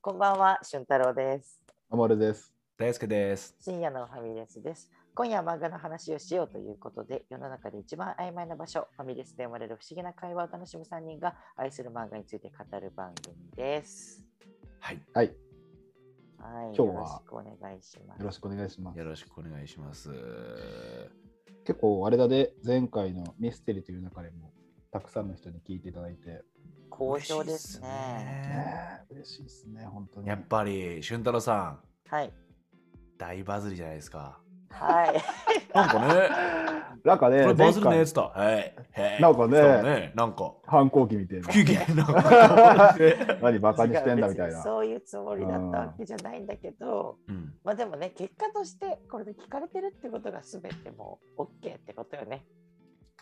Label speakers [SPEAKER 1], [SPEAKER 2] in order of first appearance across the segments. [SPEAKER 1] こんばんは、俊太郎です。
[SPEAKER 2] アマルです。
[SPEAKER 3] 大輔です。
[SPEAKER 1] 深夜のファミレスです。今夜は漫画の話をしようということで、世の中で一番曖昧な場所、ファミレスで生まれる不思議な会話を楽しむ3人が愛する漫画について語る番組です。
[SPEAKER 3] はい。
[SPEAKER 2] はい、
[SPEAKER 1] はい、
[SPEAKER 2] 今日は
[SPEAKER 1] よろしくお願いしま
[SPEAKER 2] よろしくお願いします
[SPEAKER 3] よ。ろしくお願いします。
[SPEAKER 2] 結構あれだで、前回のミステリーという中でも、たくさんの人に聞いていただいて、
[SPEAKER 1] す。好評ですね。
[SPEAKER 2] ねえ、嬉しいですね、本当に。
[SPEAKER 3] やっぱり、俊太郎さ
[SPEAKER 1] はい。
[SPEAKER 3] ん、大バズりじゃないですか。
[SPEAKER 1] はい。
[SPEAKER 3] なんかね、
[SPEAKER 2] なんかね
[SPEAKER 3] これ、バ
[SPEAKER 2] 前
[SPEAKER 3] ズるのや
[SPEAKER 2] 回
[SPEAKER 3] つだ。はい。はい
[SPEAKER 2] なんかね
[SPEAKER 3] そうなんか、
[SPEAKER 2] 反抗期みたい
[SPEAKER 3] 不
[SPEAKER 2] な。
[SPEAKER 3] 機嫌なんか。
[SPEAKER 2] 何バカにしてんだみたい
[SPEAKER 1] 違う別に
[SPEAKER 2] な。
[SPEAKER 1] そういうつもりだったわけじゃないんだけど、
[SPEAKER 3] うん
[SPEAKER 1] まあでもね、結果としてこれで聞かれてるってことが全てもう OK ってことよね。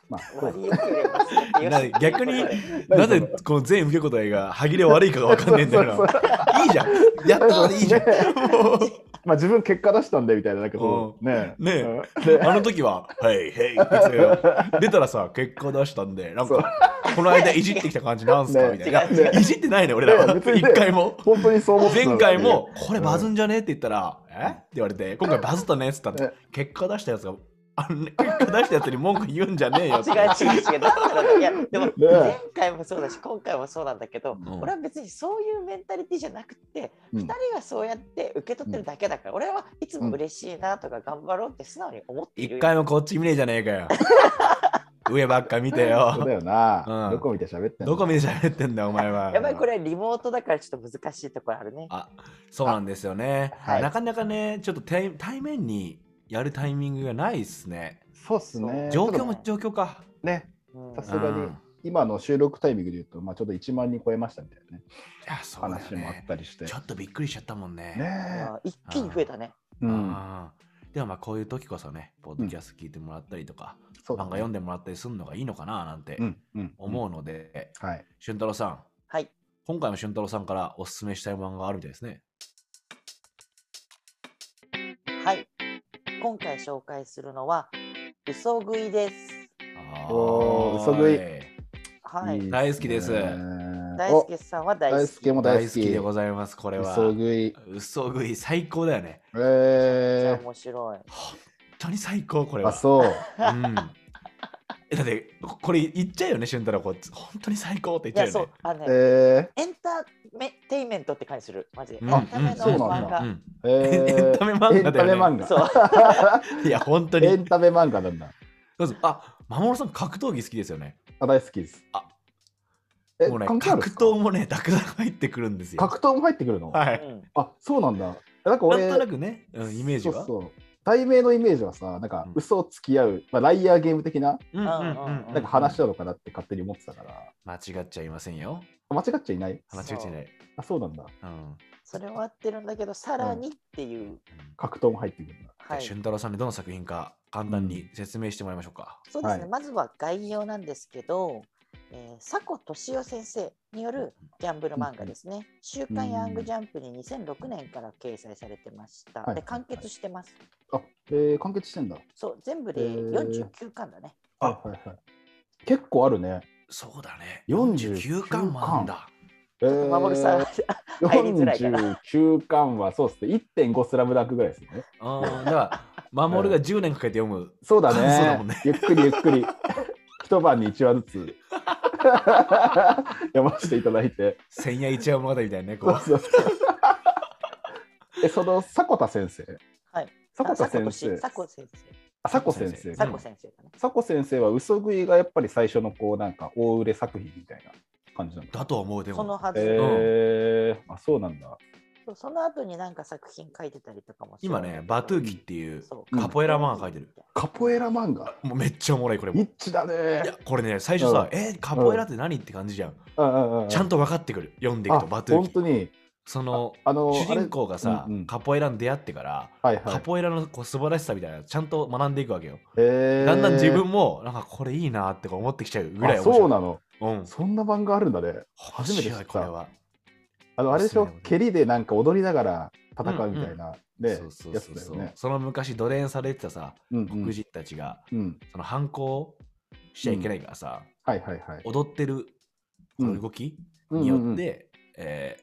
[SPEAKER 2] まあ、こう
[SPEAKER 1] 割り良ければ全てよし
[SPEAKER 3] な逆に
[SPEAKER 1] ってことで
[SPEAKER 3] なぜこの全受け答えが歯切れ悪いかがわかんねえんだよ
[SPEAKER 2] そうそ
[SPEAKER 3] な。いいじゃん。やったーでいいじゃん。もう
[SPEAKER 2] まあ、自分結果出したんでみたいな、なんかそう、ねえ。
[SPEAKER 3] ねえ
[SPEAKER 2] うん
[SPEAKER 3] あの時は、はい、はい、って 出たらさ、結果出したんで、なん
[SPEAKER 2] そう
[SPEAKER 3] か、この間いじってきた感じなんすか
[SPEAKER 2] ね
[SPEAKER 3] みたいな。
[SPEAKER 1] 違う違う
[SPEAKER 3] いじってないね、俺らは。
[SPEAKER 2] ね別に
[SPEAKER 3] 一
[SPEAKER 2] ね
[SPEAKER 3] 回も。
[SPEAKER 2] 本当にそう思ってたの
[SPEAKER 3] 前
[SPEAKER 2] に
[SPEAKER 3] 回も、これバズんじゃねって言ったら、えって言われて、今回バズったねって言ったら
[SPEAKER 2] ね、
[SPEAKER 3] 結果出したやつが、あのね結果出したやつに文句言うんじ ゃねえよっ
[SPEAKER 1] 違
[SPEAKER 3] て
[SPEAKER 1] う。違う違う。だからいやでも
[SPEAKER 2] ね
[SPEAKER 1] 前回もそうだし今回もそうなんだけど、
[SPEAKER 3] うん
[SPEAKER 1] 俺は別にそういうメンタリティじゃなくて、
[SPEAKER 2] うん
[SPEAKER 1] 二人がそうやって受け取ってるだけだから、俺はいつも嬉しいなとか頑張ろうって素直に思っている
[SPEAKER 3] 一
[SPEAKER 1] よ。
[SPEAKER 3] 回もこっち見ねえじゃねえ かよ。上ばっか見て
[SPEAKER 2] そうだ
[SPEAKER 3] よ。
[SPEAKER 2] よな、
[SPEAKER 3] うん
[SPEAKER 2] どこ見て喋ってんの
[SPEAKER 3] どこ見て喋ってんだよ、お前は。
[SPEAKER 1] やばいこれリモートだからちょっと難しいところあるね。
[SPEAKER 3] あそうなんですよね、
[SPEAKER 2] はい
[SPEAKER 3] なかなかねちょっと対対面にやるタイミングがないですね
[SPEAKER 2] そうっすね。
[SPEAKER 3] 状
[SPEAKER 2] ちょ
[SPEAKER 3] 況
[SPEAKER 2] っ
[SPEAKER 3] も状況か、
[SPEAKER 2] とね、
[SPEAKER 1] うん
[SPEAKER 2] さすがに
[SPEAKER 3] うんい
[SPEAKER 2] 今の収録タイミングで言うと、まあ、ちょっと1万人超えましたみたいなね、
[SPEAKER 3] やそうだよ
[SPEAKER 2] 話もあっ
[SPEAKER 3] ね
[SPEAKER 2] たりして。
[SPEAKER 3] ちょっとびっくりしちゃったもんね
[SPEAKER 2] ね
[SPEAKER 1] まあ一気に増えたね。
[SPEAKER 2] え。うん。
[SPEAKER 3] あーでもまあこういう時こそねポッドキャスト聞いてもらったりとか、
[SPEAKER 2] そう
[SPEAKER 3] 漫
[SPEAKER 2] だ
[SPEAKER 3] 画
[SPEAKER 2] ね
[SPEAKER 3] 読んでもらったりするのがいいのかななんて
[SPEAKER 2] うんうん。
[SPEAKER 3] 思うので、
[SPEAKER 2] うん。はい。
[SPEAKER 3] 俊太郎さん
[SPEAKER 1] はい。
[SPEAKER 3] 今回も俊太郎さんからおすすめしたい漫画があるみたいですね
[SPEAKER 1] はい。今回紹介するのは嘘食いです。
[SPEAKER 2] おー嘘食い
[SPEAKER 3] は
[SPEAKER 1] はい。
[SPEAKER 2] っね
[SPEAKER 3] 大好きです
[SPEAKER 1] 大
[SPEAKER 2] お
[SPEAKER 1] 輔さんは大
[SPEAKER 2] 大
[SPEAKER 1] 好き。
[SPEAKER 2] 輔も
[SPEAKER 3] 大
[SPEAKER 2] 大
[SPEAKER 3] 好
[SPEAKER 2] 好
[SPEAKER 3] き
[SPEAKER 2] き。
[SPEAKER 3] でございますこれは
[SPEAKER 2] 嘘食い。
[SPEAKER 3] 嘘食い最高だよね。
[SPEAKER 1] めっちゃ
[SPEAKER 2] え
[SPEAKER 1] 面白い。
[SPEAKER 3] 本当に最高これ
[SPEAKER 2] ー。あ、
[SPEAKER 3] は。
[SPEAKER 2] そう。
[SPEAKER 3] うん、えだってこれ言っちゃうよね俊太郎こう本当に最高って
[SPEAKER 1] い
[SPEAKER 3] 言っ
[SPEAKER 1] や
[SPEAKER 3] ちゃう
[SPEAKER 1] そ
[SPEAKER 3] よ
[SPEAKER 1] うあのね、
[SPEAKER 2] え
[SPEAKER 1] エンターテイメントって感じするマジで。エ
[SPEAKER 3] ね。
[SPEAKER 1] ンタメの
[SPEAKER 2] そうなんだ
[SPEAKER 1] 漫
[SPEAKER 3] う
[SPEAKER 1] 画。
[SPEAKER 3] ん
[SPEAKER 2] ー。
[SPEAKER 3] エ
[SPEAKER 2] えー
[SPEAKER 3] ンタメ漫画だ
[SPEAKER 2] エンタ
[SPEAKER 3] よ
[SPEAKER 2] メ
[SPEAKER 3] ね。
[SPEAKER 2] 漫画。
[SPEAKER 1] そう
[SPEAKER 3] いや本 当
[SPEAKER 2] エ
[SPEAKER 3] に。
[SPEAKER 2] ンタメ漫画なんだ。
[SPEAKER 3] そうそうあ守さん格闘技好きですよね。
[SPEAKER 2] あ、大好きです。
[SPEAKER 3] あ
[SPEAKER 2] え、
[SPEAKER 3] もうね
[SPEAKER 2] 関係あるんで
[SPEAKER 3] 格
[SPEAKER 2] すか
[SPEAKER 3] 闘もねたくさん入ってくるんですよ。
[SPEAKER 2] 格闘も入ってくるの
[SPEAKER 3] は
[SPEAKER 1] う
[SPEAKER 3] い。
[SPEAKER 1] ん
[SPEAKER 2] あ、そうなんだ。なんか
[SPEAKER 3] な
[SPEAKER 2] 俺、
[SPEAKER 3] んとなくね、うん、イメージは。う
[SPEAKER 2] そうそう。題名のイメージはさ、なんか
[SPEAKER 3] うん
[SPEAKER 2] 嘘をつき合う、まあ、ライアーゲーム的な、
[SPEAKER 3] んうんうん
[SPEAKER 1] うん
[SPEAKER 2] なんか話なのかなって勝手に思ってたから、
[SPEAKER 3] 間違っちゃいませんよ。
[SPEAKER 2] 間違っちゃいない
[SPEAKER 3] 間違っちゃいない。
[SPEAKER 2] あ、そうなんだ。
[SPEAKER 3] うん。
[SPEAKER 1] それは合ってるんだけど、さらにっていう。
[SPEAKER 2] 格闘も入ってくるんだ。
[SPEAKER 1] はい。
[SPEAKER 3] 俊太郎さんにどの作品か簡単に説明してもらいましょうか。
[SPEAKER 1] そうですね、
[SPEAKER 2] はい
[SPEAKER 1] まずは概要なんですけど、えー、佐古俊夫先生によるギャンブル漫画ですね。週刊ヤングジャンプに2006年から掲載されてました。
[SPEAKER 2] はい
[SPEAKER 1] で、完結してます。
[SPEAKER 2] あ、えー、完結してんだ。
[SPEAKER 1] そう、全部で
[SPEAKER 2] へー
[SPEAKER 1] 49巻だね。
[SPEAKER 3] あ
[SPEAKER 2] はいはい。結構あるね。
[SPEAKER 3] そうだね。
[SPEAKER 2] 49
[SPEAKER 3] 49巻もあるんだ。
[SPEAKER 1] ち
[SPEAKER 2] え
[SPEAKER 1] ょっと守さ ん、入りづらいかな
[SPEAKER 2] 49巻はそうですね。1.5スラムダンクぐらいですね。
[SPEAKER 3] うん、だから、守が10年かけて読む。
[SPEAKER 2] そうだ ね。
[SPEAKER 3] そうだもんね
[SPEAKER 2] ゆっくりゆっくり。一晩に1話ずつ 読ませていただ いて。
[SPEAKER 3] 千夜一夜物語みたいなね、
[SPEAKER 2] そ
[SPEAKER 3] こ
[SPEAKER 2] うそうそうえ、その迫田先生。
[SPEAKER 1] はい。
[SPEAKER 2] 迫田先
[SPEAKER 1] 俊
[SPEAKER 2] 生。
[SPEAKER 1] 佐古先生。
[SPEAKER 2] あ迫先生。
[SPEAKER 1] 佐古先生だね。
[SPEAKER 2] 迫先生は嘘食いがやっぱり最初のこうなんか大売れ作品みたいな感じなん
[SPEAKER 3] う。
[SPEAKER 2] だ。
[SPEAKER 3] だと思う、で
[SPEAKER 1] その
[SPEAKER 3] も。
[SPEAKER 1] はず、
[SPEAKER 2] えー、あ、そうなんだ。
[SPEAKER 1] そうその後になんか作品書いてたりとかもするん
[SPEAKER 3] 今
[SPEAKER 1] だけど。
[SPEAKER 3] ね、バトゥーキっていう
[SPEAKER 1] そう
[SPEAKER 3] カポエラ漫画書いてる。。
[SPEAKER 2] カポエラ漫画。
[SPEAKER 3] もうめっちゃおもろい、これも。
[SPEAKER 2] ニ
[SPEAKER 3] い
[SPEAKER 2] ッチだね。
[SPEAKER 3] や、これね、最初さ、
[SPEAKER 2] う
[SPEAKER 3] えー、カポエラって何って感じじゃん。ち
[SPEAKER 2] ち
[SPEAKER 3] ゃんと分かってくる。読んでいくと、バトゥー
[SPEAKER 2] 本当
[SPEAKER 3] キ。
[SPEAKER 2] に、
[SPEAKER 3] その、
[SPEAKER 2] あの、
[SPEAKER 3] 主人公がさ
[SPEAKER 2] あれうんうん、
[SPEAKER 3] カポエラに出会ってから、
[SPEAKER 2] あれはいは
[SPEAKER 3] カ
[SPEAKER 2] い。
[SPEAKER 3] ポエラのこう素晴らしさみたいなのちゃんと学んでいくわけよ。
[SPEAKER 2] えー
[SPEAKER 3] だんだん自分も、なんかこれいいなってこう思ってきちゃうぐらい
[SPEAKER 2] あ
[SPEAKER 3] 面白い。
[SPEAKER 2] そうなの。
[SPEAKER 3] うん。
[SPEAKER 2] そんな漫画あるんだね。
[SPEAKER 3] 初めて知った、これは。
[SPEAKER 2] あの、あれでしょ
[SPEAKER 3] そうですね、
[SPEAKER 2] 蹴りでなんか踊りながら戦うみたいな、ね
[SPEAKER 3] そうそう
[SPEAKER 2] やつ
[SPEAKER 3] そう
[SPEAKER 2] だ
[SPEAKER 3] そ
[SPEAKER 2] よ
[SPEAKER 3] う、
[SPEAKER 2] ね。
[SPEAKER 3] その昔奴隷されてたさ
[SPEAKER 2] うんう
[SPEAKER 3] 黒
[SPEAKER 2] ん
[SPEAKER 3] 人たちが、
[SPEAKER 2] うん。
[SPEAKER 3] その反抗しちゃいけないからさ、
[SPEAKER 2] はいはいはい。
[SPEAKER 3] 踊ってるこの動きによって、え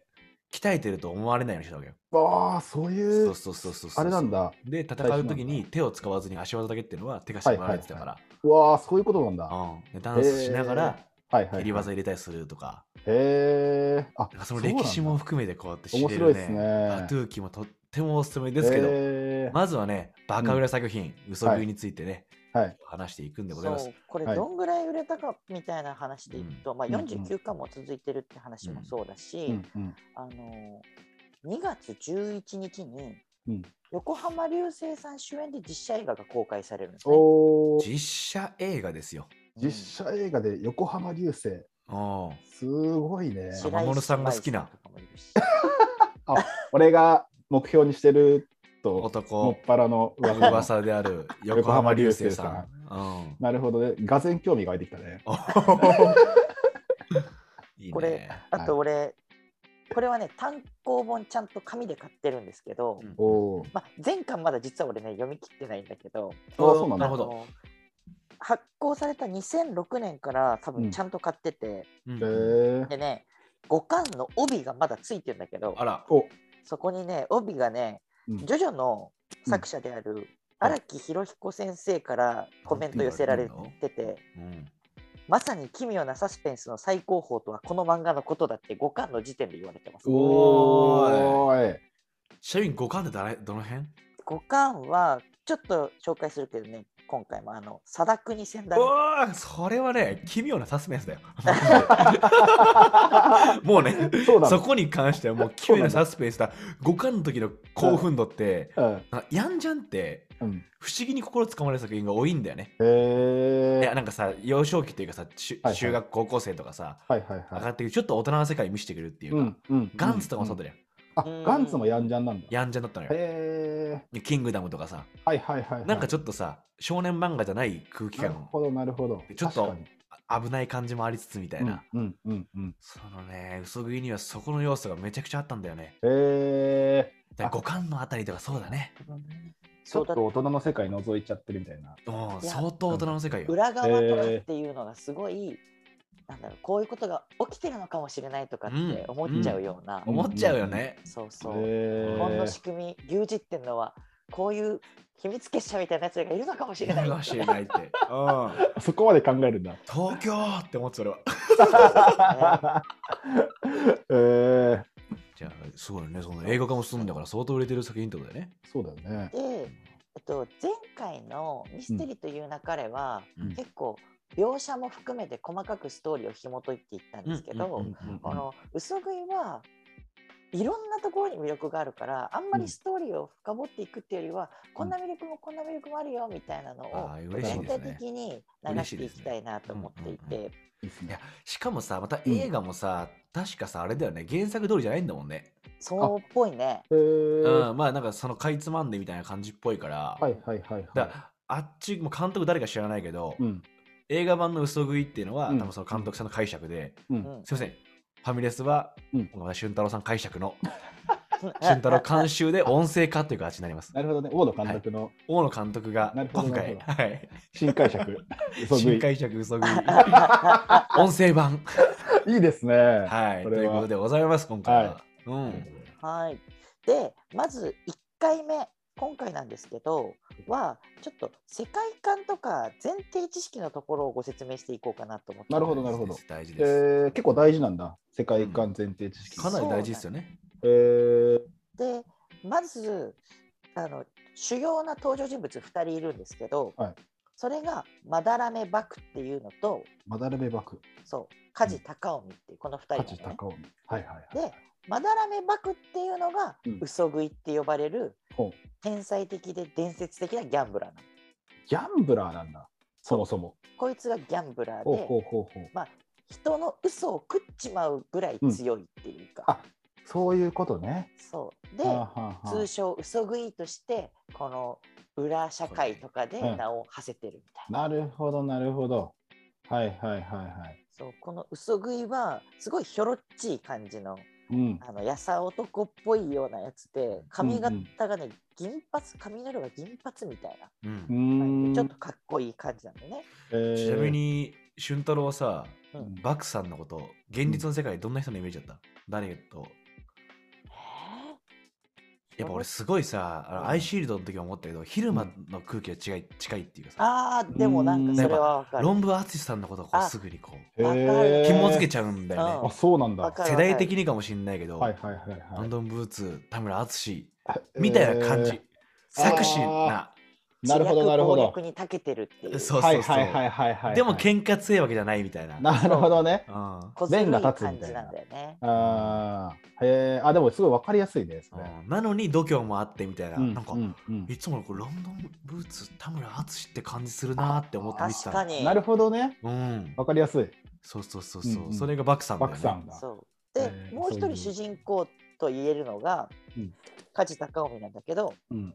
[SPEAKER 3] 鍛えてると思われないようにしてたわけよ。
[SPEAKER 2] ああ、そういう
[SPEAKER 3] そう、そうそうそうそ
[SPEAKER 2] あ
[SPEAKER 3] う。
[SPEAKER 2] れなん。だ。
[SPEAKER 3] で、戦う時に手を使わずに足技だけっていうのは手が縛られてたから、
[SPEAKER 2] うわあ、そういうことなんだ。は
[SPEAKER 3] うんでダンスしながら
[SPEAKER 2] いはい、はい。
[SPEAKER 3] 蹴り技入れたりするとか、
[SPEAKER 2] へえ。あ
[SPEAKER 3] なんかその歴史も含めてこうやって知れ
[SPEAKER 2] 面白い
[SPEAKER 3] る
[SPEAKER 2] で
[SPEAKER 3] ね
[SPEAKER 2] すね
[SPEAKER 3] バトゥーキもとってもおすすめですけど、
[SPEAKER 2] へー
[SPEAKER 3] まずはね、バカ売れ作品、嘘食いについてね、
[SPEAKER 2] はい。
[SPEAKER 3] 話していくんでございます
[SPEAKER 1] そう。これ
[SPEAKER 2] はい
[SPEAKER 1] どんぐらい売れたかみたいな話でいくと、まあ、
[SPEAKER 2] うんうん
[SPEAKER 1] 49巻も続いてるって話もそうだし、
[SPEAKER 2] うんうん。
[SPEAKER 1] あの2月11日に
[SPEAKER 2] うん
[SPEAKER 1] 横浜流星さん主演で実写映画が公開されるんですね。
[SPEAKER 2] おー
[SPEAKER 3] 実写映画ですよ。
[SPEAKER 2] 実写映画で横浜流星。
[SPEAKER 3] うん
[SPEAKER 2] すごいね。
[SPEAKER 1] 白石
[SPEAKER 3] 山本さんが好きな
[SPEAKER 1] 麻衣さんとかもいる し。
[SPEAKER 2] 俺が目標にしてると、も
[SPEAKER 3] 男
[SPEAKER 2] っ、ぱらの噂の
[SPEAKER 3] 噂で ある横浜流星さん。うん
[SPEAKER 2] なるほどね。がぜん興味が湧いてきたね。
[SPEAKER 3] おー いい
[SPEAKER 1] これ
[SPEAKER 3] ね。
[SPEAKER 1] あと俺、これはね単行本ちゃんと紙で買ってるんですけど、
[SPEAKER 3] うん
[SPEAKER 2] おー
[SPEAKER 1] まあ、前巻まだ実は俺ね読み切ってないんだけど
[SPEAKER 2] あそうなんだ
[SPEAKER 3] なるほ
[SPEAKER 1] あ
[SPEAKER 3] ど。
[SPEAKER 1] の発行された2006年から多分ちゃんと買ってて、
[SPEAKER 3] うん
[SPEAKER 2] へー
[SPEAKER 1] でね五巻の帯がまだついてるんだけど
[SPEAKER 3] あら、
[SPEAKER 2] お
[SPEAKER 1] そこにね帯がね「
[SPEAKER 2] うん
[SPEAKER 1] ジョジョ」の作者である荒木博彦先生からコメント寄せられてて。
[SPEAKER 3] うん
[SPEAKER 1] まさに奇妙なサスペンスの最高峰とはこの漫画のことだって5巻の時点で言われてます。
[SPEAKER 3] お
[SPEAKER 2] おーい。
[SPEAKER 3] ちなみに五巻で誰どの辺
[SPEAKER 1] 五巻はちょっと紹介するけどね今回もあの貞国戦だね
[SPEAKER 3] おーそれはね、奇妙なサスペンスだよ。 もうね、
[SPEAKER 2] そうなの
[SPEAKER 3] そこに関してはもう奇妙なサスペンスだ。五巻の時の興奮度って、
[SPEAKER 2] うん
[SPEAKER 3] なんかやんじゃんって
[SPEAKER 2] うん。
[SPEAKER 3] 不思議に心つかまれる作品が多いんだよね。
[SPEAKER 2] へ
[SPEAKER 3] い
[SPEAKER 2] え
[SPEAKER 3] や。なんかさ幼少期っていうかさ中
[SPEAKER 2] はいはい
[SPEAKER 3] 中学高校生とかさ
[SPEAKER 2] はいはい
[SPEAKER 3] 上
[SPEAKER 2] は
[SPEAKER 3] が
[SPEAKER 2] い。
[SPEAKER 3] ってくるちょっと大人の世界見せてくれるっていうか、
[SPEAKER 2] うんうん。
[SPEAKER 3] ガンツとかもそう
[SPEAKER 2] だ
[SPEAKER 3] だよ、
[SPEAKER 2] あ、
[SPEAKER 1] うん
[SPEAKER 2] ガンツもやんじゃんなんだ。
[SPEAKER 3] やんじゃんだったのよ
[SPEAKER 2] へえ。
[SPEAKER 3] でキングダムとかさ
[SPEAKER 2] はいはいはいはい。
[SPEAKER 3] なんかち
[SPEAKER 2] ょっ
[SPEAKER 3] ょっとさ少年漫画じゃない空気
[SPEAKER 2] なる
[SPEAKER 3] 感
[SPEAKER 2] ほどなるほど。
[SPEAKER 3] ちょっと
[SPEAKER 2] 確かに
[SPEAKER 3] あ危ない感じもありつつみたいな、
[SPEAKER 2] うんうんうんうん。
[SPEAKER 3] そのね嘘食いにはそこの要素がめちゃくちゃあったんだよね
[SPEAKER 2] へえ。
[SPEAKER 3] だ
[SPEAKER 2] あ
[SPEAKER 3] から五感のあたりとかそうだね
[SPEAKER 2] ち
[SPEAKER 1] そ
[SPEAKER 2] ょっ
[SPEAKER 1] う
[SPEAKER 2] と
[SPEAKER 1] だ
[SPEAKER 2] 大人の世界覗いちゃってるみたいな。
[SPEAKER 3] もう
[SPEAKER 1] いや
[SPEAKER 3] 相当大人の世界よ、
[SPEAKER 1] 裏側とかっていうのがすごい、なんだろうこういうことが起きてるのかもしれないとかって思っちゃうような、
[SPEAKER 2] ん
[SPEAKER 3] 思っちゃうよね、
[SPEAKER 1] そうそう、
[SPEAKER 2] へ
[SPEAKER 1] 日
[SPEAKER 2] ー
[SPEAKER 1] 本の仕組み牛耳ってんのはこういう秘密結社みたいなやつらがいるのかもしれない
[SPEAKER 3] かもしれないって、うん、
[SPEAKER 2] そこまで考えるんだ。
[SPEAKER 3] 東京って思ってた俺は
[SPEAKER 2] えー、
[SPEAKER 3] じゃあすごいねその映画化も進んだから相当売れてる作品ってことだよね
[SPEAKER 2] そうだよね。
[SPEAKER 1] で、えっと、前回の「ミステリーという流れは」
[SPEAKER 3] うん
[SPEAKER 1] 結構描写も含めて細かくストーリーを紐解いていったんですけど、
[SPEAKER 3] うんうんうん
[SPEAKER 1] この嘘食いはいろんなところに魅力があるからあんまりストーリーを深掘っていくっていうよりは、こんな魅力もこんな魅力もあるよみたいなのを
[SPEAKER 3] あー嬉しい
[SPEAKER 1] 全
[SPEAKER 3] です
[SPEAKER 1] 体
[SPEAKER 3] ね
[SPEAKER 1] 的に流していきたいなと思ってい
[SPEAKER 3] 嬉
[SPEAKER 1] て
[SPEAKER 2] いいっす
[SPEAKER 3] い
[SPEAKER 2] ね
[SPEAKER 3] や。しかもさまた映画もさ、確かさあれだよね原作通りじゃないんだもんね、
[SPEAKER 1] そうっぽいね。
[SPEAKER 2] え
[SPEAKER 3] う
[SPEAKER 2] ー
[SPEAKER 3] んまあなんかそのかいつまんでみたいな感じっぽいから,、
[SPEAKER 2] はいはいはいはい。
[SPEAKER 3] だあっちもう監督誰か知らないけど、
[SPEAKER 2] うん
[SPEAKER 3] 映画版の嘘食いっていうのは、
[SPEAKER 2] うん
[SPEAKER 3] 多分その監督さんの解釈で、
[SPEAKER 2] う。
[SPEAKER 1] うん ん
[SPEAKER 3] すいませんファミレスは、
[SPEAKER 2] うん
[SPEAKER 3] 小野田俊太郎さん解釈の 俊太郎監修で音声化という形になります
[SPEAKER 2] なるほどね。大野監督の
[SPEAKER 3] 大野監督が
[SPEAKER 2] なるほど
[SPEAKER 3] 今回、
[SPEAKER 2] な
[SPEAKER 3] はい、
[SPEAKER 2] 新解 釈。嘘食い
[SPEAKER 3] 新解釈嘘 食い音声版
[SPEAKER 2] いいですね。
[SPEAKER 3] はい
[SPEAKER 2] ことれは
[SPEAKER 3] いうことでございます今回は、
[SPEAKER 2] は
[SPEAKER 3] うん
[SPEAKER 1] はい、でまず1回目今回なんですけどはちょっと世界観とか前提知識のところをご説明していこうかなと思って
[SPEAKER 2] なるほどなるほど
[SPEAKER 3] 大事
[SPEAKER 2] え
[SPEAKER 3] です、
[SPEAKER 2] ー、結構大事なんだ。世界観前提知識。
[SPEAKER 3] かなり大事ですよね。
[SPEAKER 2] えー、
[SPEAKER 1] でまずあの主要な登場人物2人いるんですけど、
[SPEAKER 2] はい
[SPEAKER 1] それがまだらめバクっていうのと
[SPEAKER 2] まだらめ幕、
[SPEAKER 1] そう梶高臣っていうこの2人なのね
[SPEAKER 2] 勝ち高尾。はいはいはい
[SPEAKER 1] で。まだらめバクっていうのが
[SPEAKER 2] うん
[SPEAKER 1] 嘘食いって呼ばれる
[SPEAKER 2] ほう
[SPEAKER 1] 天才的で伝説的なギャンブラーなの
[SPEAKER 2] ギャンブラーなんだ。そもそも。
[SPEAKER 1] こいつがギャンブラー
[SPEAKER 2] ほう
[SPEAKER 1] で
[SPEAKER 2] ほうほうほう。
[SPEAKER 1] まあ、人の嘘を食っちまうぐらい強いっていうか、
[SPEAKER 2] うんあそういうことね。
[SPEAKER 1] そうで
[SPEAKER 2] はあはあはあ
[SPEAKER 1] 通称嘘食いとしてこの裏社会とかで名を馳せてるみたいな、
[SPEAKER 2] なるほどなるほど。はいはいはいはい。
[SPEAKER 1] そうこの嘘食いはすごいひょろっちい感じの
[SPEAKER 2] うん。
[SPEAKER 1] あのやさ男っぽいようなやつで髪型がね、銀髪髪の色が銀髪みたいな
[SPEAKER 3] う
[SPEAKER 2] うんーん。
[SPEAKER 1] ちょっとかっこいい感じなんでね
[SPEAKER 2] えー
[SPEAKER 3] ちなみに、俊太郎はさ、
[SPEAKER 1] うん
[SPEAKER 3] バクさんのこと、現実の世界でどんな人のイメージだった誰とやっぱ俺すごいさ、あのアイシールドの時も思ったけど、昼間の空気が近い近いっていうかさ、
[SPEAKER 1] あー、でもなんかそれはわかる。
[SPEAKER 3] 論文アーティストさんのことをこう
[SPEAKER 1] あ
[SPEAKER 3] すぐにこう、
[SPEAKER 2] へ
[SPEAKER 1] わかる
[SPEAKER 2] ー
[SPEAKER 3] 紐付けちゃうんだよ
[SPEAKER 1] う
[SPEAKER 2] あ、
[SPEAKER 3] ね。
[SPEAKER 2] そうなんだ。
[SPEAKER 1] わかる
[SPEAKER 3] 世代的にかもしんないけど、
[SPEAKER 2] はいはいはい
[SPEAKER 3] ロ
[SPEAKER 2] はい
[SPEAKER 3] ン。ドンブーツ、田村淳みたいな感じ。
[SPEAKER 2] ー
[SPEAKER 3] セクシーな。
[SPEAKER 2] えー。なるほどなるほ
[SPEAKER 1] 知
[SPEAKER 2] ど
[SPEAKER 1] 略。に長けてるっていう。
[SPEAKER 3] そう
[SPEAKER 2] は
[SPEAKER 3] そ
[SPEAKER 2] いう
[SPEAKER 3] そ
[SPEAKER 2] はいは
[SPEAKER 3] う。
[SPEAKER 2] いはいはい。
[SPEAKER 3] でも喧嘩強いわけじゃないみたいな。うん
[SPEAKER 2] なるほどね。
[SPEAKER 1] 小ずるい
[SPEAKER 2] 弁が立つ
[SPEAKER 1] 感
[SPEAKER 2] みた
[SPEAKER 1] じ
[SPEAKER 2] い
[SPEAKER 1] な
[SPEAKER 2] なん
[SPEAKER 1] だよね。
[SPEAKER 2] あーへーあ、でもすごいわかりやすいね。それ
[SPEAKER 3] うんなのに度胸もあってみたいな。
[SPEAKER 2] うん
[SPEAKER 3] なんか
[SPEAKER 2] う、んうん
[SPEAKER 3] いつもこうロンドンブーツ、田村淳って感じするなーって思って見て
[SPEAKER 1] 確
[SPEAKER 3] た
[SPEAKER 1] か
[SPEAKER 3] の。
[SPEAKER 1] に。
[SPEAKER 2] なるほどね。
[SPEAKER 3] うん。
[SPEAKER 2] わかりやすい。
[SPEAKER 3] そうそうそうそう。
[SPEAKER 2] うんうん
[SPEAKER 3] それがバクさんだよ
[SPEAKER 2] バ
[SPEAKER 3] ね。
[SPEAKER 2] クさんが。
[SPEAKER 1] そう。で、
[SPEAKER 2] えー
[SPEAKER 1] もう一
[SPEAKER 2] そうい
[SPEAKER 1] 人
[SPEAKER 2] う
[SPEAKER 1] 主人公と言えるのが
[SPEAKER 2] うん、
[SPEAKER 1] 梶高臣なんだけど、
[SPEAKER 2] うん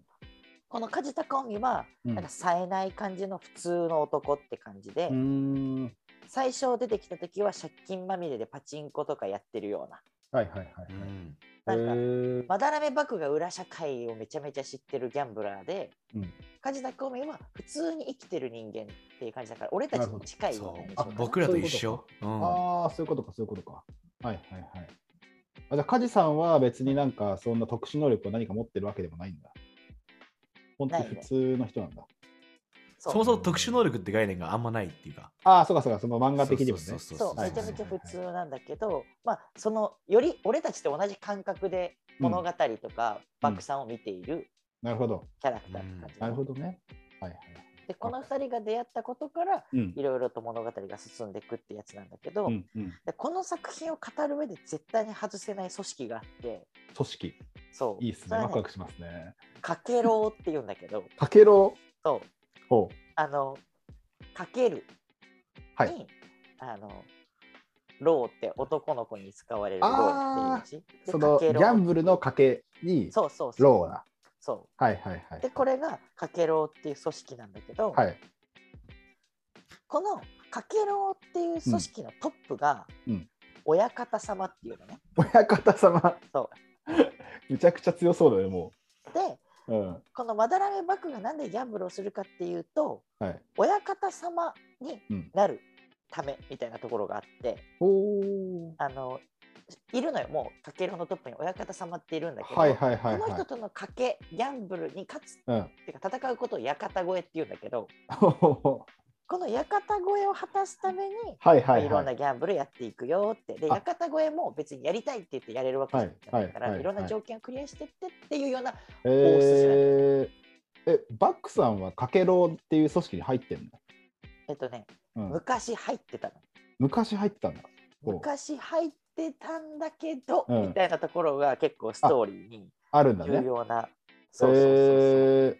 [SPEAKER 1] この梶高臣は、
[SPEAKER 2] うん
[SPEAKER 1] なんか冴えない感じの普通の男って感じで、
[SPEAKER 2] うーん。
[SPEAKER 1] 最初出てきた時は借金まみれでパチンコとかやってるような。
[SPEAKER 2] はいはいはい
[SPEAKER 3] うん。
[SPEAKER 2] はい。
[SPEAKER 1] なんか
[SPEAKER 2] へー
[SPEAKER 1] まだらめ幕府が裏社会をめちゃめちゃ知ってるギャンブラーで、
[SPEAKER 2] うん
[SPEAKER 1] 梶田公明は普通に生きてる人間っていう感じだから俺たちに近いよ
[SPEAKER 3] そう
[SPEAKER 1] な印象
[SPEAKER 3] う
[SPEAKER 1] かな
[SPEAKER 3] 僕らと一緒。うん
[SPEAKER 2] ああ、そういうことか、そういうことか。はいはいはい。あじゃあ、梶さんは別になんか、そんな特殊能力を何か持ってるわけでもないんだ。本当に普通の人なんだ。
[SPEAKER 1] そう
[SPEAKER 3] そもそも特殊能力って概念があんまないっていうか。
[SPEAKER 2] ああ、そうかそうか、その漫画的にもね。
[SPEAKER 3] そうそう
[SPEAKER 1] そ
[SPEAKER 3] そうう
[SPEAKER 2] は
[SPEAKER 1] め
[SPEAKER 2] い
[SPEAKER 1] ちゃめちゃ
[SPEAKER 2] はい
[SPEAKER 1] 普通なんだけどまあそのより俺たちと同じ感覚で物語とか
[SPEAKER 2] うん
[SPEAKER 1] 漠さんを見ている
[SPEAKER 2] なるほど。
[SPEAKER 1] キャラクターって感じ、
[SPEAKER 2] なるほどね。はいはい。
[SPEAKER 1] でこの2人が出会ったことから
[SPEAKER 2] うん。
[SPEAKER 1] いろいろと物語が進んでいくってやつなんだけど、
[SPEAKER 2] うんうん、
[SPEAKER 1] でこの作品を語る上で絶対に外せない組織があって
[SPEAKER 2] 組織、
[SPEAKER 1] そう
[SPEAKER 2] いいっす
[SPEAKER 1] それ
[SPEAKER 2] ね。
[SPEAKER 1] は
[SPEAKER 2] ワクワクしますね。
[SPEAKER 1] かけろうって言うんだけど
[SPEAKER 2] かけろ
[SPEAKER 1] そう
[SPEAKER 2] う。ほ
[SPEAKER 1] あの、かけるに、
[SPEAKER 2] はい
[SPEAKER 1] あの、ローって男の子に使われるローっていう字。
[SPEAKER 2] う。そのギ
[SPEAKER 1] でかけろう
[SPEAKER 2] ャンブルの賭けに、
[SPEAKER 1] そうそうそう。
[SPEAKER 2] ローだ。
[SPEAKER 1] そ
[SPEAKER 2] はいはいは
[SPEAKER 1] う。
[SPEAKER 2] い
[SPEAKER 1] で、。これがかけろうっていう組織なんだけど、
[SPEAKER 2] はい。
[SPEAKER 1] このかけろうっていう組織のトップが
[SPEAKER 2] うんうん、
[SPEAKER 1] 親方様っていうのね。
[SPEAKER 2] 親方様、
[SPEAKER 1] そ
[SPEAKER 2] むちゃくちゃ強そうだね、も
[SPEAKER 1] う。で、
[SPEAKER 2] う。うん。
[SPEAKER 1] このまだらめ幕府がなんでギャンブルをするかっていうと、
[SPEAKER 2] はい。
[SPEAKER 1] 親方様に
[SPEAKER 2] うん
[SPEAKER 1] なるためみたいなところがあって、
[SPEAKER 2] おー。
[SPEAKER 1] あの、いるのよ、もう、かけろうのトップに親方様っているんだけど、
[SPEAKER 2] はいはいはい
[SPEAKER 1] この
[SPEAKER 2] は
[SPEAKER 1] 人との賭けギャンブルに勝つっ
[SPEAKER 2] い。うん。
[SPEAKER 1] て いうか戦うことを屋形越えって言うんだけど
[SPEAKER 2] は
[SPEAKER 1] この屋形越えを果たすために、
[SPEAKER 2] いはいい
[SPEAKER 1] ろ
[SPEAKER 2] は。
[SPEAKER 1] んないギャンブルやっていくよってで
[SPEAKER 2] あ
[SPEAKER 1] 屋形越えも別にやりたいって言ってやれるわけじゃないから、
[SPEAKER 2] はいはい
[SPEAKER 1] い
[SPEAKER 2] はい
[SPEAKER 1] ろんな
[SPEAKER 2] はい
[SPEAKER 1] 条件をクリアしてってっていうような
[SPEAKER 2] えー、え、バックさんはかけろうっていう組織に入ってん
[SPEAKER 1] えっとね
[SPEAKER 2] の、うん、
[SPEAKER 1] 昔入ってたの
[SPEAKER 2] 昔入ってたんだ。お
[SPEAKER 1] 昔入ってたんだけど、
[SPEAKER 2] うん
[SPEAKER 1] みたいなところが結構ストーリーに
[SPEAKER 2] あるんだ
[SPEAKER 1] 重
[SPEAKER 2] ね。
[SPEAKER 1] 要な、
[SPEAKER 2] え
[SPEAKER 1] そうそうそうそう
[SPEAKER 2] ー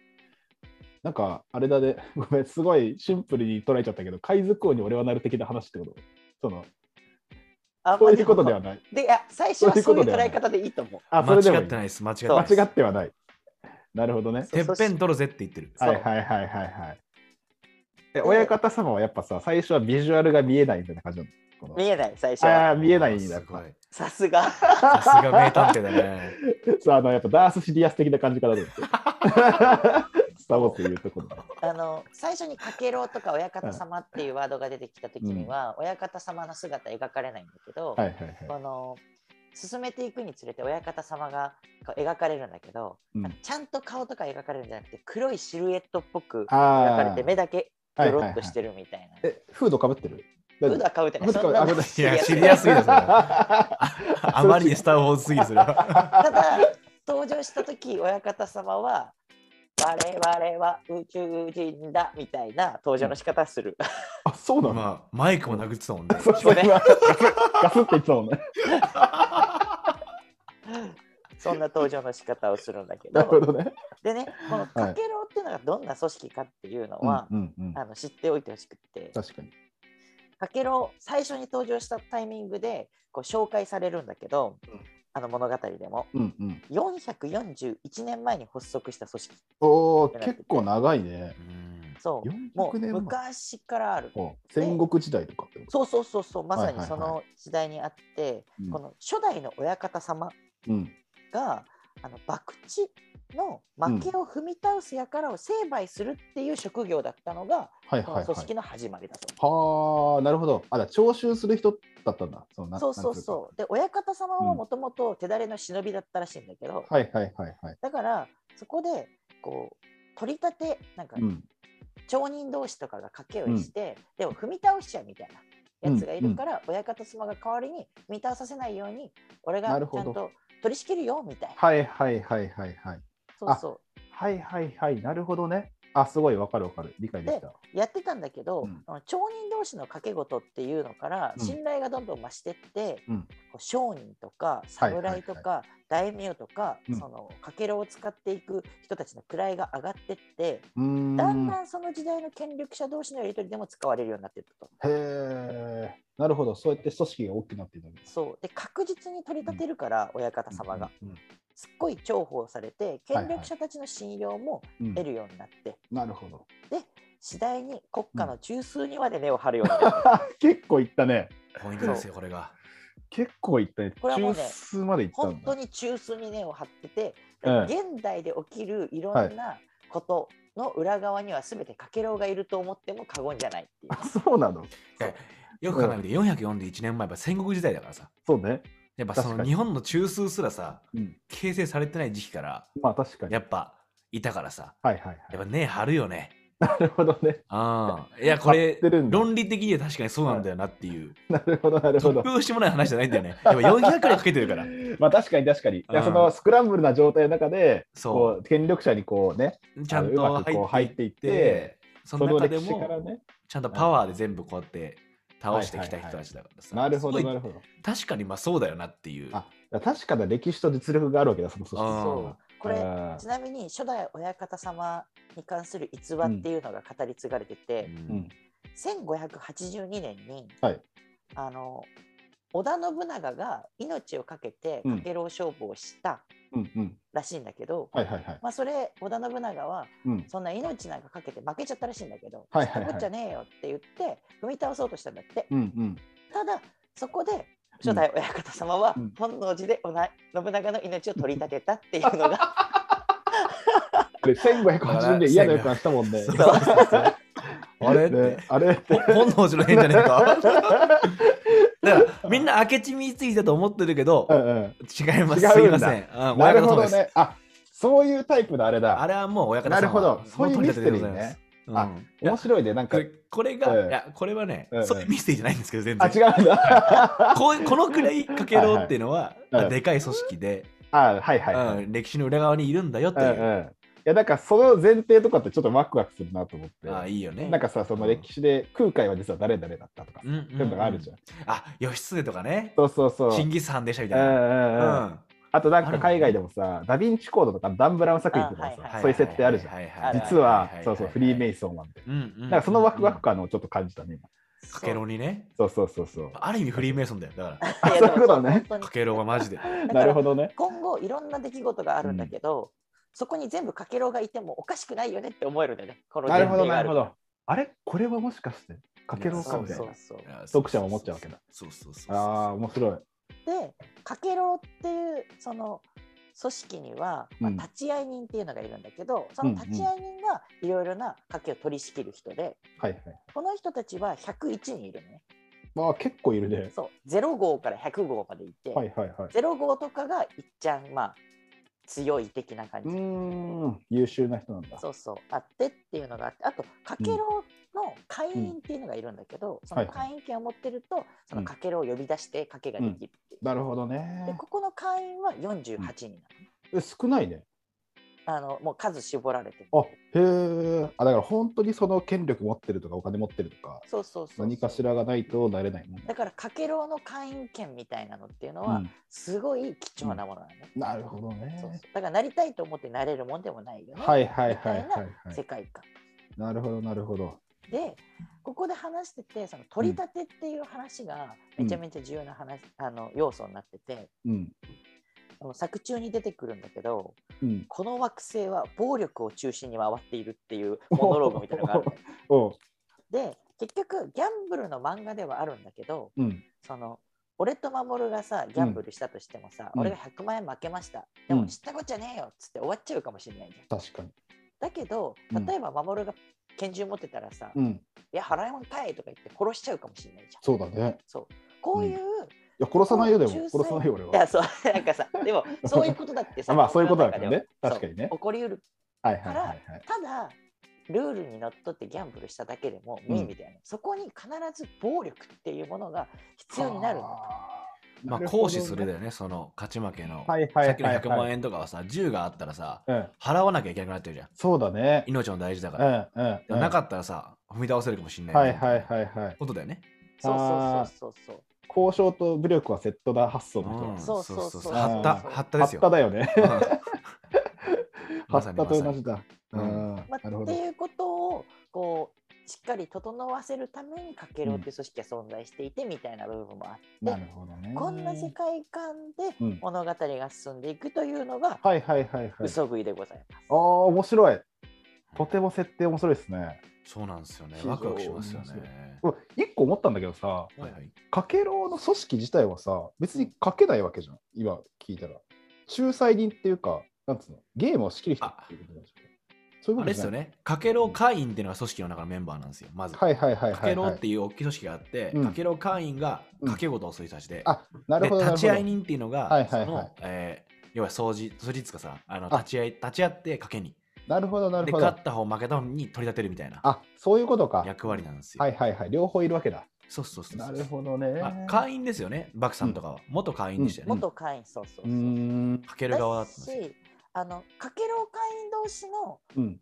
[SPEAKER 2] なんかあれだね、 ごめん、すごいシンプルに捉えちゃったけど、海賊王に俺はなる的な話ってことその、
[SPEAKER 1] あ
[SPEAKER 2] そういうことで
[SPEAKER 1] だよ
[SPEAKER 2] はない。
[SPEAKER 1] でいや最初はそういう
[SPEAKER 2] そういうことでは
[SPEAKER 1] 捉
[SPEAKER 2] な
[SPEAKER 1] え
[SPEAKER 2] い
[SPEAKER 1] 方でいいと思う
[SPEAKER 2] あ、そ
[SPEAKER 3] 間
[SPEAKER 2] れでもい
[SPEAKER 3] 違
[SPEAKER 2] い
[SPEAKER 3] ってないです。間違って
[SPEAKER 1] そう
[SPEAKER 3] ないです。
[SPEAKER 2] 間違ってはない。なるほどね。
[SPEAKER 1] そう
[SPEAKER 3] てっぺん取るぜって言ってる。
[SPEAKER 1] そう
[SPEAKER 2] はいはいはいはいはい。え、
[SPEAKER 1] で
[SPEAKER 2] 親方様はやっぱさ、最初はビジュアルが見えないみたいな感じなのこの
[SPEAKER 1] 見えない最初は
[SPEAKER 2] ああー、見えないんだ。
[SPEAKER 3] すごい。
[SPEAKER 1] さすが
[SPEAKER 3] さすが名探偵 だね。
[SPEAKER 2] そう、あの、やっぱダースシリアス的な感じからですよ。スター・ウォーズでいうところ。
[SPEAKER 1] あの最初に「かけろ」とか「親方様」っていうワードが出てきた時には親方様の姿描かれないんだけど、
[SPEAKER 2] はいはいはい。
[SPEAKER 1] この進めていくにつれて親方様がこう描かれるんだけど、
[SPEAKER 2] うん
[SPEAKER 1] ちゃんと顔とか描かれるんじゃなくて黒いシルエットっぽく描かれ
[SPEAKER 2] あ
[SPEAKER 1] て目だけ
[SPEAKER 2] あ、
[SPEAKER 1] ドロッとして
[SPEAKER 2] る。
[SPEAKER 1] るみたいな。
[SPEAKER 2] え、フードかぶってる
[SPEAKER 1] フードはかぶってない。
[SPEAKER 2] フードは被ってない
[SPEAKER 1] そんなシ
[SPEAKER 3] やシリ
[SPEAKER 1] リ
[SPEAKER 3] ア
[SPEAKER 1] ア
[SPEAKER 3] ス
[SPEAKER 1] ス
[SPEAKER 3] すぎるそれ
[SPEAKER 2] あ
[SPEAKER 3] あまりにスター・ウォーズすぎるそれは。
[SPEAKER 1] ただ登場した時親方様は「我々は宇宙人だ」みたいな登場の仕方する。
[SPEAKER 2] あ、そうなの
[SPEAKER 3] まあ、マイクも殴ってたもんね。
[SPEAKER 2] そうそう、今、ガスガスって言って たもんね。
[SPEAKER 1] そんな登場の仕方をするんだけ
[SPEAKER 2] なるほ
[SPEAKER 1] ど。
[SPEAKER 2] どね。
[SPEAKER 1] でね、このかけろうっていうのがどんな組織かっていうのは、
[SPEAKER 2] うんうんうん
[SPEAKER 1] あの知っておいてほしくって、
[SPEAKER 2] 確かに。
[SPEAKER 1] かけろう最初に登場したタイミングでこう紹介されるんだけど、
[SPEAKER 2] うん
[SPEAKER 1] あの物語でも
[SPEAKER 2] うんうん。
[SPEAKER 1] 441年前に発足した組織。
[SPEAKER 2] おお、結構長いね。
[SPEAKER 3] うん
[SPEAKER 1] そう。も
[SPEAKER 2] 400
[SPEAKER 1] う
[SPEAKER 2] 年前。
[SPEAKER 1] 昔からある。
[SPEAKER 2] お戦国時代とかってこと
[SPEAKER 1] そうそうそうそうまさに
[SPEAKER 2] はいはい
[SPEAKER 1] そ
[SPEAKER 2] はい
[SPEAKER 1] の時代にあって、
[SPEAKER 2] うん
[SPEAKER 1] この初代の親方様
[SPEAKER 2] うん。
[SPEAKER 1] があの博打の負けを踏み倒す輩を成敗するっていう職業だったのが、
[SPEAKER 2] はい
[SPEAKER 1] そ
[SPEAKER 2] は
[SPEAKER 1] の組
[SPEAKER 2] いは
[SPEAKER 1] 織
[SPEAKER 2] い。
[SPEAKER 1] の始まりだと。
[SPEAKER 2] はあ、なるほど。あだ、徴収する人だったんだ。そのな
[SPEAKER 1] そうそう
[SPEAKER 2] なん
[SPEAKER 1] そう。で、親方様
[SPEAKER 2] う
[SPEAKER 1] は
[SPEAKER 2] ん
[SPEAKER 1] もともと手だれの忍びだったらしいんだけど、
[SPEAKER 2] つうかはいはいはいはい。
[SPEAKER 1] だからそこでこう取り立てなんか
[SPEAKER 2] うん。
[SPEAKER 1] 町人同士とかが掛けをして、でも踏み倒しちゃうみたいなやつがいるから、親方様が代わりに踏み倒させないように俺が
[SPEAKER 2] な
[SPEAKER 1] ち
[SPEAKER 2] るほ
[SPEAKER 1] ゃ
[SPEAKER 2] ど
[SPEAKER 1] んと取り仕切るよみたいな。
[SPEAKER 2] はいはいはいはいはい。
[SPEAKER 1] そうそ
[SPEAKER 2] はいはいはい。なるほどね。あ、すごいわかるわかる。理解できた。
[SPEAKER 1] うやってたんだけど、
[SPEAKER 2] うん
[SPEAKER 1] その町人同士の掛け事っていうのから
[SPEAKER 2] うん
[SPEAKER 1] 信頼がどんどん増してって、
[SPEAKER 2] うん
[SPEAKER 1] こう商人とか侍とか大名とか、
[SPEAKER 2] うん
[SPEAKER 1] そのかけろを使っていく人たちの位が上がってって、
[SPEAKER 2] うーん。
[SPEAKER 1] だんだんその時代の権力者同士のやり取りでも使われるようになっていったと。
[SPEAKER 2] へえ。なるほど。そうやって組織が大きくなっていたわけです。
[SPEAKER 1] そうで確実に取り立てるから、親方様が。
[SPEAKER 2] うん。うん
[SPEAKER 1] すっごい重宝されて権力者たちの信用も
[SPEAKER 2] うん
[SPEAKER 1] 得るようになって、
[SPEAKER 2] なるほど。
[SPEAKER 1] 次第に国家の中枢にまで目を張るようになった。
[SPEAKER 2] 結構いったね。
[SPEAKER 3] ポイントですよ、これが。
[SPEAKER 2] 結構いったね。
[SPEAKER 1] これはもう
[SPEAKER 2] 中
[SPEAKER 1] ね
[SPEAKER 2] 枢までいった
[SPEAKER 1] 本
[SPEAKER 2] ん
[SPEAKER 1] 当
[SPEAKER 2] だ。
[SPEAKER 1] に中枢に根を張ってて、
[SPEAKER 2] うん
[SPEAKER 1] 現代で起きるいろんなことの裏側には全てかけろうがいると思っても過言じゃないっていう。
[SPEAKER 2] あ、 そうなの。
[SPEAKER 3] よく考えて、441年前は戦国時代だからさ。
[SPEAKER 2] そうね。
[SPEAKER 3] やっぱそ
[SPEAKER 2] 確
[SPEAKER 3] の
[SPEAKER 2] かに
[SPEAKER 3] 日本の中枢すらさ、
[SPEAKER 2] うん。
[SPEAKER 3] 形成されてない時期から、
[SPEAKER 2] まあ確かに。
[SPEAKER 3] や
[SPEAKER 2] はい
[SPEAKER 3] っぱいたからさ。
[SPEAKER 2] はいはい。
[SPEAKER 3] やっぱね、張るよね。
[SPEAKER 2] なるほどね。
[SPEAKER 3] ああ。いや、これ
[SPEAKER 2] 張ってるん、だ
[SPEAKER 3] 論理的には確かにそうなんだよなっていう。
[SPEAKER 2] なるほど、なるほ
[SPEAKER 3] 突
[SPEAKER 2] ど。
[SPEAKER 3] 拍子もない話じゃないんだよね。やっぱ400回かけてるから。
[SPEAKER 2] まあ確かに確かに。いや
[SPEAKER 3] うん
[SPEAKER 2] そのスクランブルな状態の中で、
[SPEAKER 3] そ
[SPEAKER 2] こう権力者にこうね、
[SPEAKER 3] う。ちゃん
[SPEAKER 2] うま
[SPEAKER 3] と
[SPEAKER 2] くこう
[SPEAKER 3] 入っていっ、
[SPEAKER 2] 入っていってそ
[SPEAKER 3] その
[SPEAKER 2] の
[SPEAKER 3] 中で
[SPEAKER 2] 歴史から
[SPEAKER 3] も、
[SPEAKER 2] ね。
[SPEAKER 3] ちゃんとパワーで全部こうやって倒してきた人たちだからさ。
[SPEAKER 2] なるほど、
[SPEAKER 3] すごい
[SPEAKER 2] なるほど。
[SPEAKER 3] 確かにまあそうだよなっていう。
[SPEAKER 2] あ確かな歴史と実力があるわけだ、その組織
[SPEAKER 3] あー
[SPEAKER 1] そうこれ
[SPEAKER 2] あー
[SPEAKER 1] ちなみに初代親方様に関する逸話っていうのが語り継がれてて、
[SPEAKER 2] う
[SPEAKER 3] うん
[SPEAKER 2] ん、
[SPEAKER 1] 1582年に、
[SPEAKER 2] はい
[SPEAKER 1] あの織田信長が命を懸けて
[SPEAKER 2] うん
[SPEAKER 1] かけろう勝負をした
[SPEAKER 2] うん、うん。
[SPEAKER 1] らしいんだけど、
[SPEAKER 2] はいはいはい。
[SPEAKER 1] まあ、それ織田信長は
[SPEAKER 2] うん、
[SPEAKER 1] そんな命なんかかけて負けちゃったらしいんだけど、
[SPEAKER 2] はいはいは
[SPEAKER 1] 知った
[SPEAKER 2] い
[SPEAKER 1] こっちゃねえよって言って踏み倒そうとしたんだって、
[SPEAKER 2] うん、うん。
[SPEAKER 1] ただそこで初代親方様は
[SPEAKER 2] うん
[SPEAKER 1] 本能寺でおな信長の命を取り立てたっていうの が
[SPEAKER 2] これ1580年嫌な予感したもんね。
[SPEAKER 3] そうそうそうあれっ
[SPEAKER 2] ね
[SPEAKER 3] て。
[SPEAKER 2] あれって。
[SPEAKER 3] 本能寺の変じゃねえ か。だからみんな明智光秀だと思ってるけど
[SPEAKER 2] う、んうん
[SPEAKER 3] 違います。
[SPEAKER 2] 違うんだ
[SPEAKER 3] すいません。うん
[SPEAKER 2] なるほ
[SPEAKER 3] 親方様で
[SPEAKER 2] ど
[SPEAKER 3] す
[SPEAKER 2] ね。あそういうタイプのあれだ。
[SPEAKER 3] あれはもう親方様
[SPEAKER 2] なるほどそういう
[SPEAKER 3] も取り立てでございま
[SPEAKER 2] ミ
[SPEAKER 3] す
[SPEAKER 2] ス。
[SPEAKER 3] うん
[SPEAKER 2] リー
[SPEAKER 3] いや
[SPEAKER 2] 面白いで、なん
[SPEAKER 3] こ
[SPEAKER 2] か。
[SPEAKER 3] れこれが、
[SPEAKER 2] うん
[SPEAKER 3] いやこれはね、
[SPEAKER 2] うん
[SPEAKER 3] そういうミステリーじゃないんですけど全
[SPEAKER 2] あ、
[SPEAKER 3] 然
[SPEAKER 2] 違うんだ。
[SPEAKER 3] こうこのくらいかけろっていうのは、
[SPEAKER 2] いはい
[SPEAKER 3] あでかい組織で、
[SPEAKER 2] あ、はいはいはい。
[SPEAKER 3] うん、歴史の裏側にいるんだよって
[SPEAKER 2] う
[SPEAKER 3] い
[SPEAKER 2] ん
[SPEAKER 3] う、
[SPEAKER 2] うんいやだからその前提とかってちょっとワクワクするなと思って、
[SPEAKER 3] あいいよね
[SPEAKER 2] なんかさその歴史で空海は実は誰々だったとか、
[SPEAKER 3] うんうんうん
[SPEAKER 2] そういうのがあるじゃん、
[SPEAKER 3] あ義経とかね
[SPEAKER 2] そうそうそう
[SPEAKER 3] チンギス・ハンでしたみ
[SPEAKER 2] う
[SPEAKER 3] た
[SPEAKER 2] ん
[SPEAKER 3] いうな、
[SPEAKER 2] んうん
[SPEAKER 3] うん
[SPEAKER 2] あとなんか海外でもさダヴィンチコードとかダン・ブラウン作品とか
[SPEAKER 1] あはい
[SPEAKER 2] さ
[SPEAKER 1] はい
[SPEAKER 2] そういう設定あるじゃん
[SPEAKER 3] はいはいはい
[SPEAKER 2] 実はそうそうフリーメ
[SPEAKER 3] イ
[SPEAKER 2] イソンなんで
[SPEAKER 3] うんうんうんうん
[SPEAKER 2] なんかそのワクワク感をちょっと感じたね今
[SPEAKER 3] かけろにね
[SPEAKER 2] そうそうそうそう
[SPEAKER 3] ある意味フリーメイソンだよだか
[SPEAKER 1] いやでも
[SPEAKER 2] そういうことね
[SPEAKER 1] 本当に
[SPEAKER 3] らかけろがマ ジで
[SPEAKER 1] だ
[SPEAKER 2] な
[SPEAKER 1] か
[SPEAKER 2] る
[SPEAKER 1] ら
[SPEAKER 2] ほどね
[SPEAKER 1] 今後いろんな出来事があるんだけど、そこに全部かけろうがいてもおかしくないよねって思えるんだよね。この
[SPEAKER 2] なるほど
[SPEAKER 1] 前提が
[SPEAKER 2] な
[SPEAKER 1] あ
[SPEAKER 2] るほどあれこれはもしかしてかけろうかみたい
[SPEAKER 1] そう
[SPEAKER 2] な
[SPEAKER 1] そうそう
[SPEAKER 2] 読者は思っちゃうわけだ
[SPEAKER 3] そうそうそうそう
[SPEAKER 2] ああ面白い
[SPEAKER 1] でかけろうっていうその組織には、まあ、
[SPEAKER 2] うん
[SPEAKER 1] 立ち会い人っていうのがいるんだけど、その立ち会い人がいろいろな賭けを取り仕切る人で
[SPEAKER 2] はいはい
[SPEAKER 1] この人たちは101人いるのね。
[SPEAKER 2] まあ結構いるね
[SPEAKER 1] そう0号から100号までいて、
[SPEAKER 2] はいはいはい
[SPEAKER 1] 0号とかがいっちゃんまあ強い的な感
[SPEAKER 2] う
[SPEAKER 1] じ、
[SPEAKER 2] ーん優秀な人なんだ
[SPEAKER 1] そうそうあってっていうのがあってあとかけろうの会員っていうのがいるんだけど、その会員権を持ってると、そのかけろを呼び出して賭けができるっていう、
[SPEAKER 2] なるほど
[SPEAKER 1] で
[SPEAKER 2] ね。
[SPEAKER 1] ここの会員は48人なの、
[SPEAKER 2] え少ないね。
[SPEAKER 1] あのもう数絞られてる
[SPEAKER 2] あへえ。あだから本当にその権力持ってるとかお金持ってるとか
[SPEAKER 1] そうそうそうそう
[SPEAKER 2] 何かしらがないとなれないもん
[SPEAKER 1] だ
[SPEAKER 2] ね。
[SPEAKER 1] からかけろうの会員権みたいなのっていうの
[SPEAKER 2] う
[SPEAKER 1] は
[SPEAKER 2] ん
[SPEAKER 1] すごい貴重なものなのね、
[SPEAKER 2] なるほど
[SPEAKER 1] そうそう
[SPEAKER 2] ね。
[SPEAKER 1] だからなりたいと思ってなれるもんでもないよね、
[SPEAKER 2] はいはいはいはい
[SPEAKER 1] みた
[SPEAKER 2] はい。
[SPEAKER 1] ない世界観、
[SPEAKER 2] なるほどなるほど。
[SPEAKER 1] でここで話しててその取り立てっていう話がめちゃめちゃ重要な話、あの要素になってて
[SPEAKER 2] うん
[SPEAKER 1] その作中に出てくるんだけど
[SPEAKER 2] うん。
[SPEAKER 1] この惑星は暴力を中心に回っているっていうモノローグみたいなのがあ るのよ
[SPEAKER 2] おう
[SPEAKER 1] で結局ギャンブルの漫画ではあるんだけど
[SPEAKER 2] うん
[SPEAKER 1] その俺と守がさギャンブルしたとしてもさ、
[SPEAKER 2] うん
[SPEAKER 1] 俺が100万円負けました、
[SPEAKER 2] うん
[SPEAKER 1] でも知ったこっちゃねえよっつって終わっちゃうかもしれないじゃん
[SPEAKER 2] 確かに。
[SPEAKER 1] だけど
[SPEAKER 2] うん
[SPEAKER 1] 例えば守が拳銃持ってたらさ、
[SPEAKER 2] う
[SPEAKER 1] い
[SPEAKER 2] ん、
[SPEAKER 1] や払いもんかいとか言って殺しちゃうかもしれないじゃん
[SPEAKER 2] そうだね。
[SPEAKER 1] そうこういう、
[SPEAKER 2] いや、殺さないよ、でも。
[SPEAKER 1] 仲裁
[SPEAKER 2] 殺さないよ、俺
[SPEAKER 1] い
[SPEAKER 2] は。
[SPEAKER 1] やそうなんかさでもそういうことだってさ
[SPEAKER 2] あ まあ、そういうことだからね。
[SPEAKER 1] そう
[SPEAKER 2] 確かにね。
[SPEAKER 1] 起こりうる
[SPEAKER 2] はいはいはいはい。
[SPEAKER 1] ただルールにのっとってギャンブルしただけでも無意味だよね、そこに必ず暴力っていうものが必要になるの
[SPEAKER 2] あー
[SPEAKER 3] まあ、
[SPEAKER 2] なるほど
[SPEAKER 3] 行使するだよね、その勝ち負けの。
[SPEAKER 2] はいはい
[SPEAKER 3] さっきの
[SPEAKER 2] はい
[SPEAKER 3] 100万
[SPEAKER 2] はい。
[SPEAKER 3] 円とかはさ、10があったらさ、
[SPEAKER 2] うん、
[SPEAKER 3] 払わなきゃいけなくなってるじゃん。
[SPEAKER 2] そうだね。
[SPEAKER 3] 命も大事だか
[SPEAKER 2] う
[SPEAKER 3] ら。
[SPEAKER 2] んうん
[SPEAKER 3] で
[SPEAKER 2] う
[SPEAKER 3] も
[SPEAKER 2] ん。
[SPEAKER 3] なかったらさ、踏み倒せるかもしれない。
[SPEAKER 2] はいはいはいはい。
[SPEAKER 3] ことだよね。
[SPEAKER 1] そう
[SPEAKER 2] あー
[SPEAKER 1] そうそうそうそう
[SPEAKER 2] 交渉と武力はセットだ発想の人
[SPEAKER 3] う
[SPEAKER 2] なんんです。
[SPEAKER 1] そうそうそう
[SPEAKER 3] はった、
[SPEAKER 1] うん
[SPEAKER 3] はったです
[SPEAKER 2] 発
[SPEAKER 3] よ。
[SPEAKER 2] っただよ ね。
[SPEAKER 3] ま
[SPEAKER 2] 発
[SPEAKER 3] さ
[SPEAKER 2] っ
[SPEAKER 3] に
[SPEAKER 2] たと同
[SPEAKER 3] まさ
[SPEAKER 2] じ
[SPEAKER 3] に
[SPEAKER 2] だ。う
[SPEAKER 3] うん
[SPEAKER 2] ん、な
[SPEAKER 1] まあ
[SPEAKER 2] るほ
[SPEAKER 1] って
[SPEAKER 2] ど。
[SPEAKER 1] いうことをこうしっかり整わせるためにかけろっていう組織が存在していてみたいな部分もあって、
[SPEAKER 2] なるほどね。
[SPEAKER 1] こんな世界観
[SPEAKER 2] う
[SPEAKER 1] で
[SPEAKER 2] ん
[SPEAKER 1] 物語が進んでいくというのが
[SPEAKER 2] はいはいはいはい。
[SPEAKER 1] 嘘食いでございます。
[SPEAKER 2] ああ、面白い。とても設定面白いですね。
[SPEAKER 3] そうなんですよね。
[SPEAKER 2] 非常に
[SPEAKER 3] ワクワクしますよね。
[SPEAKER 2] うん一個思ったんだけどさ、
[SPEAKER 3] はいはい。
[SPEAKER 2] かけろうの組織自体はさ、別にかけないわけじゃん。今聞いたら。仲裁人っていうか、なんつうの、ゲームを仕切る人っていうことなんでしょそういうこと
[SPEAKER 3] あれ
[SPEAKER 2] で
[SPEAKER 3] ですすよ
[SPEAKER 2] ね。
[SPEAKER 3] ね。かけろ会員っていうのが組織の中のメンバーなんですよ。まず。
[SPEAKER 2] はいはいはいはいはい。
[SPEAKER 3] かけろっていう大きい組織があって、
[SPEAKER 2] うん
[SPEAKER 3] かけろ会員が
[SPEAKER 2] うん
[SPEAKER 3] かけ事をする人たちで、
[SPEAKER 2] あ、なる
[SPEAKER 3] で
[SPEAKER 2] ほどなるほど。
[SPEAKER 3] 立ち会い人っていうのが、
[SPEAKER 2] はいはいはい
[SPEAKER 3] その、えー要は掃除、掃除つかさ、あの
[SPEAKER 2] あ
[SPEAKER 3] 立ち会い、立ち会って賭けに。
[SPEAKER 2] なるほどなる
[SPEAKER 3] で、
[SPEAKER 2] ほど
[SPEAKER 3] 勝。った方、負けた方に取り立てるみたいな
[SPEAKER 2] あ、そういうことか。
[SPEAKER 3] 役割なんですよ。
[SPEAKER 2] はいはいはい。両方いるわけだ。
[SPEAKER 3] そうそうそうそう。
[SPEAKER 2] なるほどね
[SPEAKER 3] まあ。会員ですよね、バクさんとかは。元会員でしたよね。
[SPEAKER 1] 元会員そうそう
[SPEAKER 2] う
[SPEAKER 1] そ
[SPEAKER 2] ー。
[SPEAKER 1] うん
[SPEAKER 3] かける側だったんですよ。
[SPEAKER 1] しあのかけろう会員同士の
[SPEAKER 2] うん。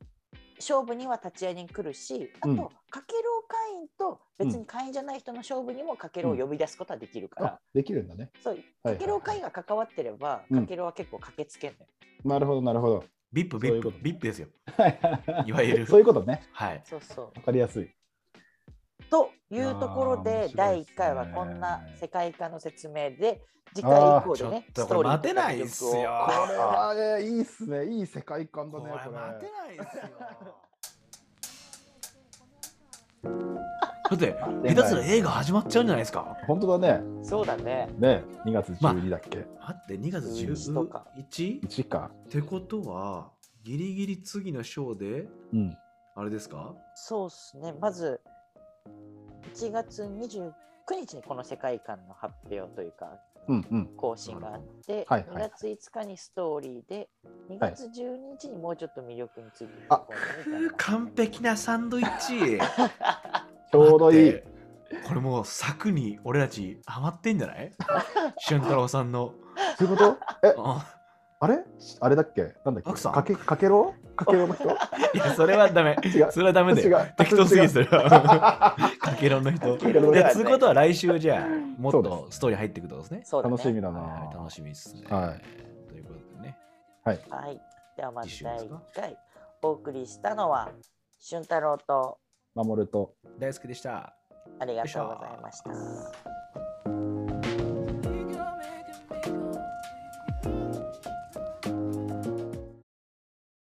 [SPEAKER 1] 勝負には立ち会いに来るしあと、
[SPEAKER 2] うん
[SPEAKER 1] かけろう会員と別に会員じゃない人の勝負にもかけろうを呼び出すことはできるから、
[SPEAKER 2] あ、できるんだね。
[SPEAKER 1] そう
[SPEAKER 2] はい
[SPEAKER 1] かけろう会員が関わってれば、
[SPEAKER 2] うん
[SPEAKER 1] かけろうは結構駆けつけんのよ。
[SPEAKER 2] なるほどなるほど。
[SPEAKER 3] ビップ、
[SPEAKER 2] そ
[SPEAKER 3] ビ
[SPEAKER 2] うい
[SPEAKER 3] ッ
[SPEAKER 2] う
[SPEAKER 3] プ
[SPEAKER 2] こ、と
[SPEAKER 3] ビップですよ。
[SPEAKER 2] い
[SPEAKER 3] いわゆる
[SPEAKER 2] そういうことね。
[SPEAKER 3] はい。
[SPEAKER 1] そうそう
[SPEAKER 2] わかりやすい。
[SPEAKER 1] というところ
[SPEAKER 2] いや
[SPEAKER 1] で
[SPEAKER 2] ー
[SPEAKER 1] 第1回は
[SPEAKER 2] 面
[SPEAKER 1] こ
[SPEAKER 2] 白いで
[SPEAKER 1] んな世
[SPEAKER 2] すね
[SPEAKER 1] 界観の説明で次回以降
[SPEAKER 3] ち
[SPEAKER 1] で
[SPEAKER 3] ょっ
[SPEAKER 1] ね
[SPEAKER 3] とこれ待てないっすよ。
[SPEAKER 1] ストーリーとか魅力を
[SPEAKER 2] これはね、いいっすね。いい世界観だね。これ
[SPEAKER 3] 待てないですよ。だって、
[SPEAKER 2] ない
[SPEAKER 3] 下手すると映画始まっちゃうんじゃないですか。
[SPEAKER 2] 本当だね。
[SPEAKER 1] そうだね。
[SPEAKER 2] ね、2月
[SPEAKER 3] まあ
[SPEAKER 2] 12だっけ。
[SPEAKER 3] 待って、2月
[SPEAKER 1] 11とか
[SPEAKER 3] 11? っ
[SPEAKER 2] 1か。
[SPEAKER 3] てことは、ギリギリ次のショーで、
[SPEAKER 2] うん。
[SPEAKER 3] あれですか
[SPEAKER 1] そうですね。まず1月29日にこの世界観の発表というか
[SPEAKER 2] うんうん。
[SPEAKER 1] 更新があって、
[SPEAKER 2] はいはい
[SPEAKER 1] 2月5日にストーリーで2月12日にもうちょっと魅力について
[SPEAKER 2] あ
[SPEAKER 1] こうねみたいな
[SPEAKER 3] 完璧なサンドイッチ。
[SPEAKER 2] ちょうどい
[SPEAKER 3] 待
[SPEAKER 2] い
[SPEAKER 3] っ。て。これもう柵に俺たちハマってんじゃない俊太郎さんの。
[SPEAKER 2] そういうことえ、
[SPEAKER 3] あ
[SPEAKER 2] あれあれだっけなんだっ
[SPEAKER 3] アク
[SPEAKER 2] け
[SPEAKER 3] さん
[SPEAKER 2] かけ、かけろかけろの人
[SPEAKER 3] いや、それはダメ。
[SPEAKER 2] 違う。
[SPEAKER 3] それはダメだ
[SPEAKER 2] 違
[SPEAKER 3] よ
[SPEAKER 2] う。
[SPEAKER 3] 適当すぎ
[SPEAKER 2] 違
[SPEAKER 3] る
[SPEAKER 2] う
[SPEAKER 3] それは。 かけろの人。
[SPEAKER 2] けろの人
[SPEAKER 3] で、つうことは来週じゃあ、もっ
[SPEAKER 2] そう
[SPEAKER 3] とストーリー入っていくってことですね。
[SPEAKER 1] そうだね
[SPEAKER 2] 楽しみだ
[SPEAKER 3] はい
[SPEAKER 2] な
[SPEAKER 3] はい。楽しみですね。
[SPEAKER 2] は
[SPEAKER 3] ということでね。
[SPEAKER 1] はい。ではま
[SPEAKER 3] 一
[SPEAKER 1] ず
[SPEAKER 3] 緒で
[SPEAKER 1] 第
[SPEAKER 3] す
[SPEAKER 1] 1
[SPEAKER 3] か
[SPEAKER 1] 回お送りしたのは俊太郎と
[SPEAKER 2] 守ると。
[SPEAKER 3] 大好きでした。
[SPEAKER 1] ありがとうございました。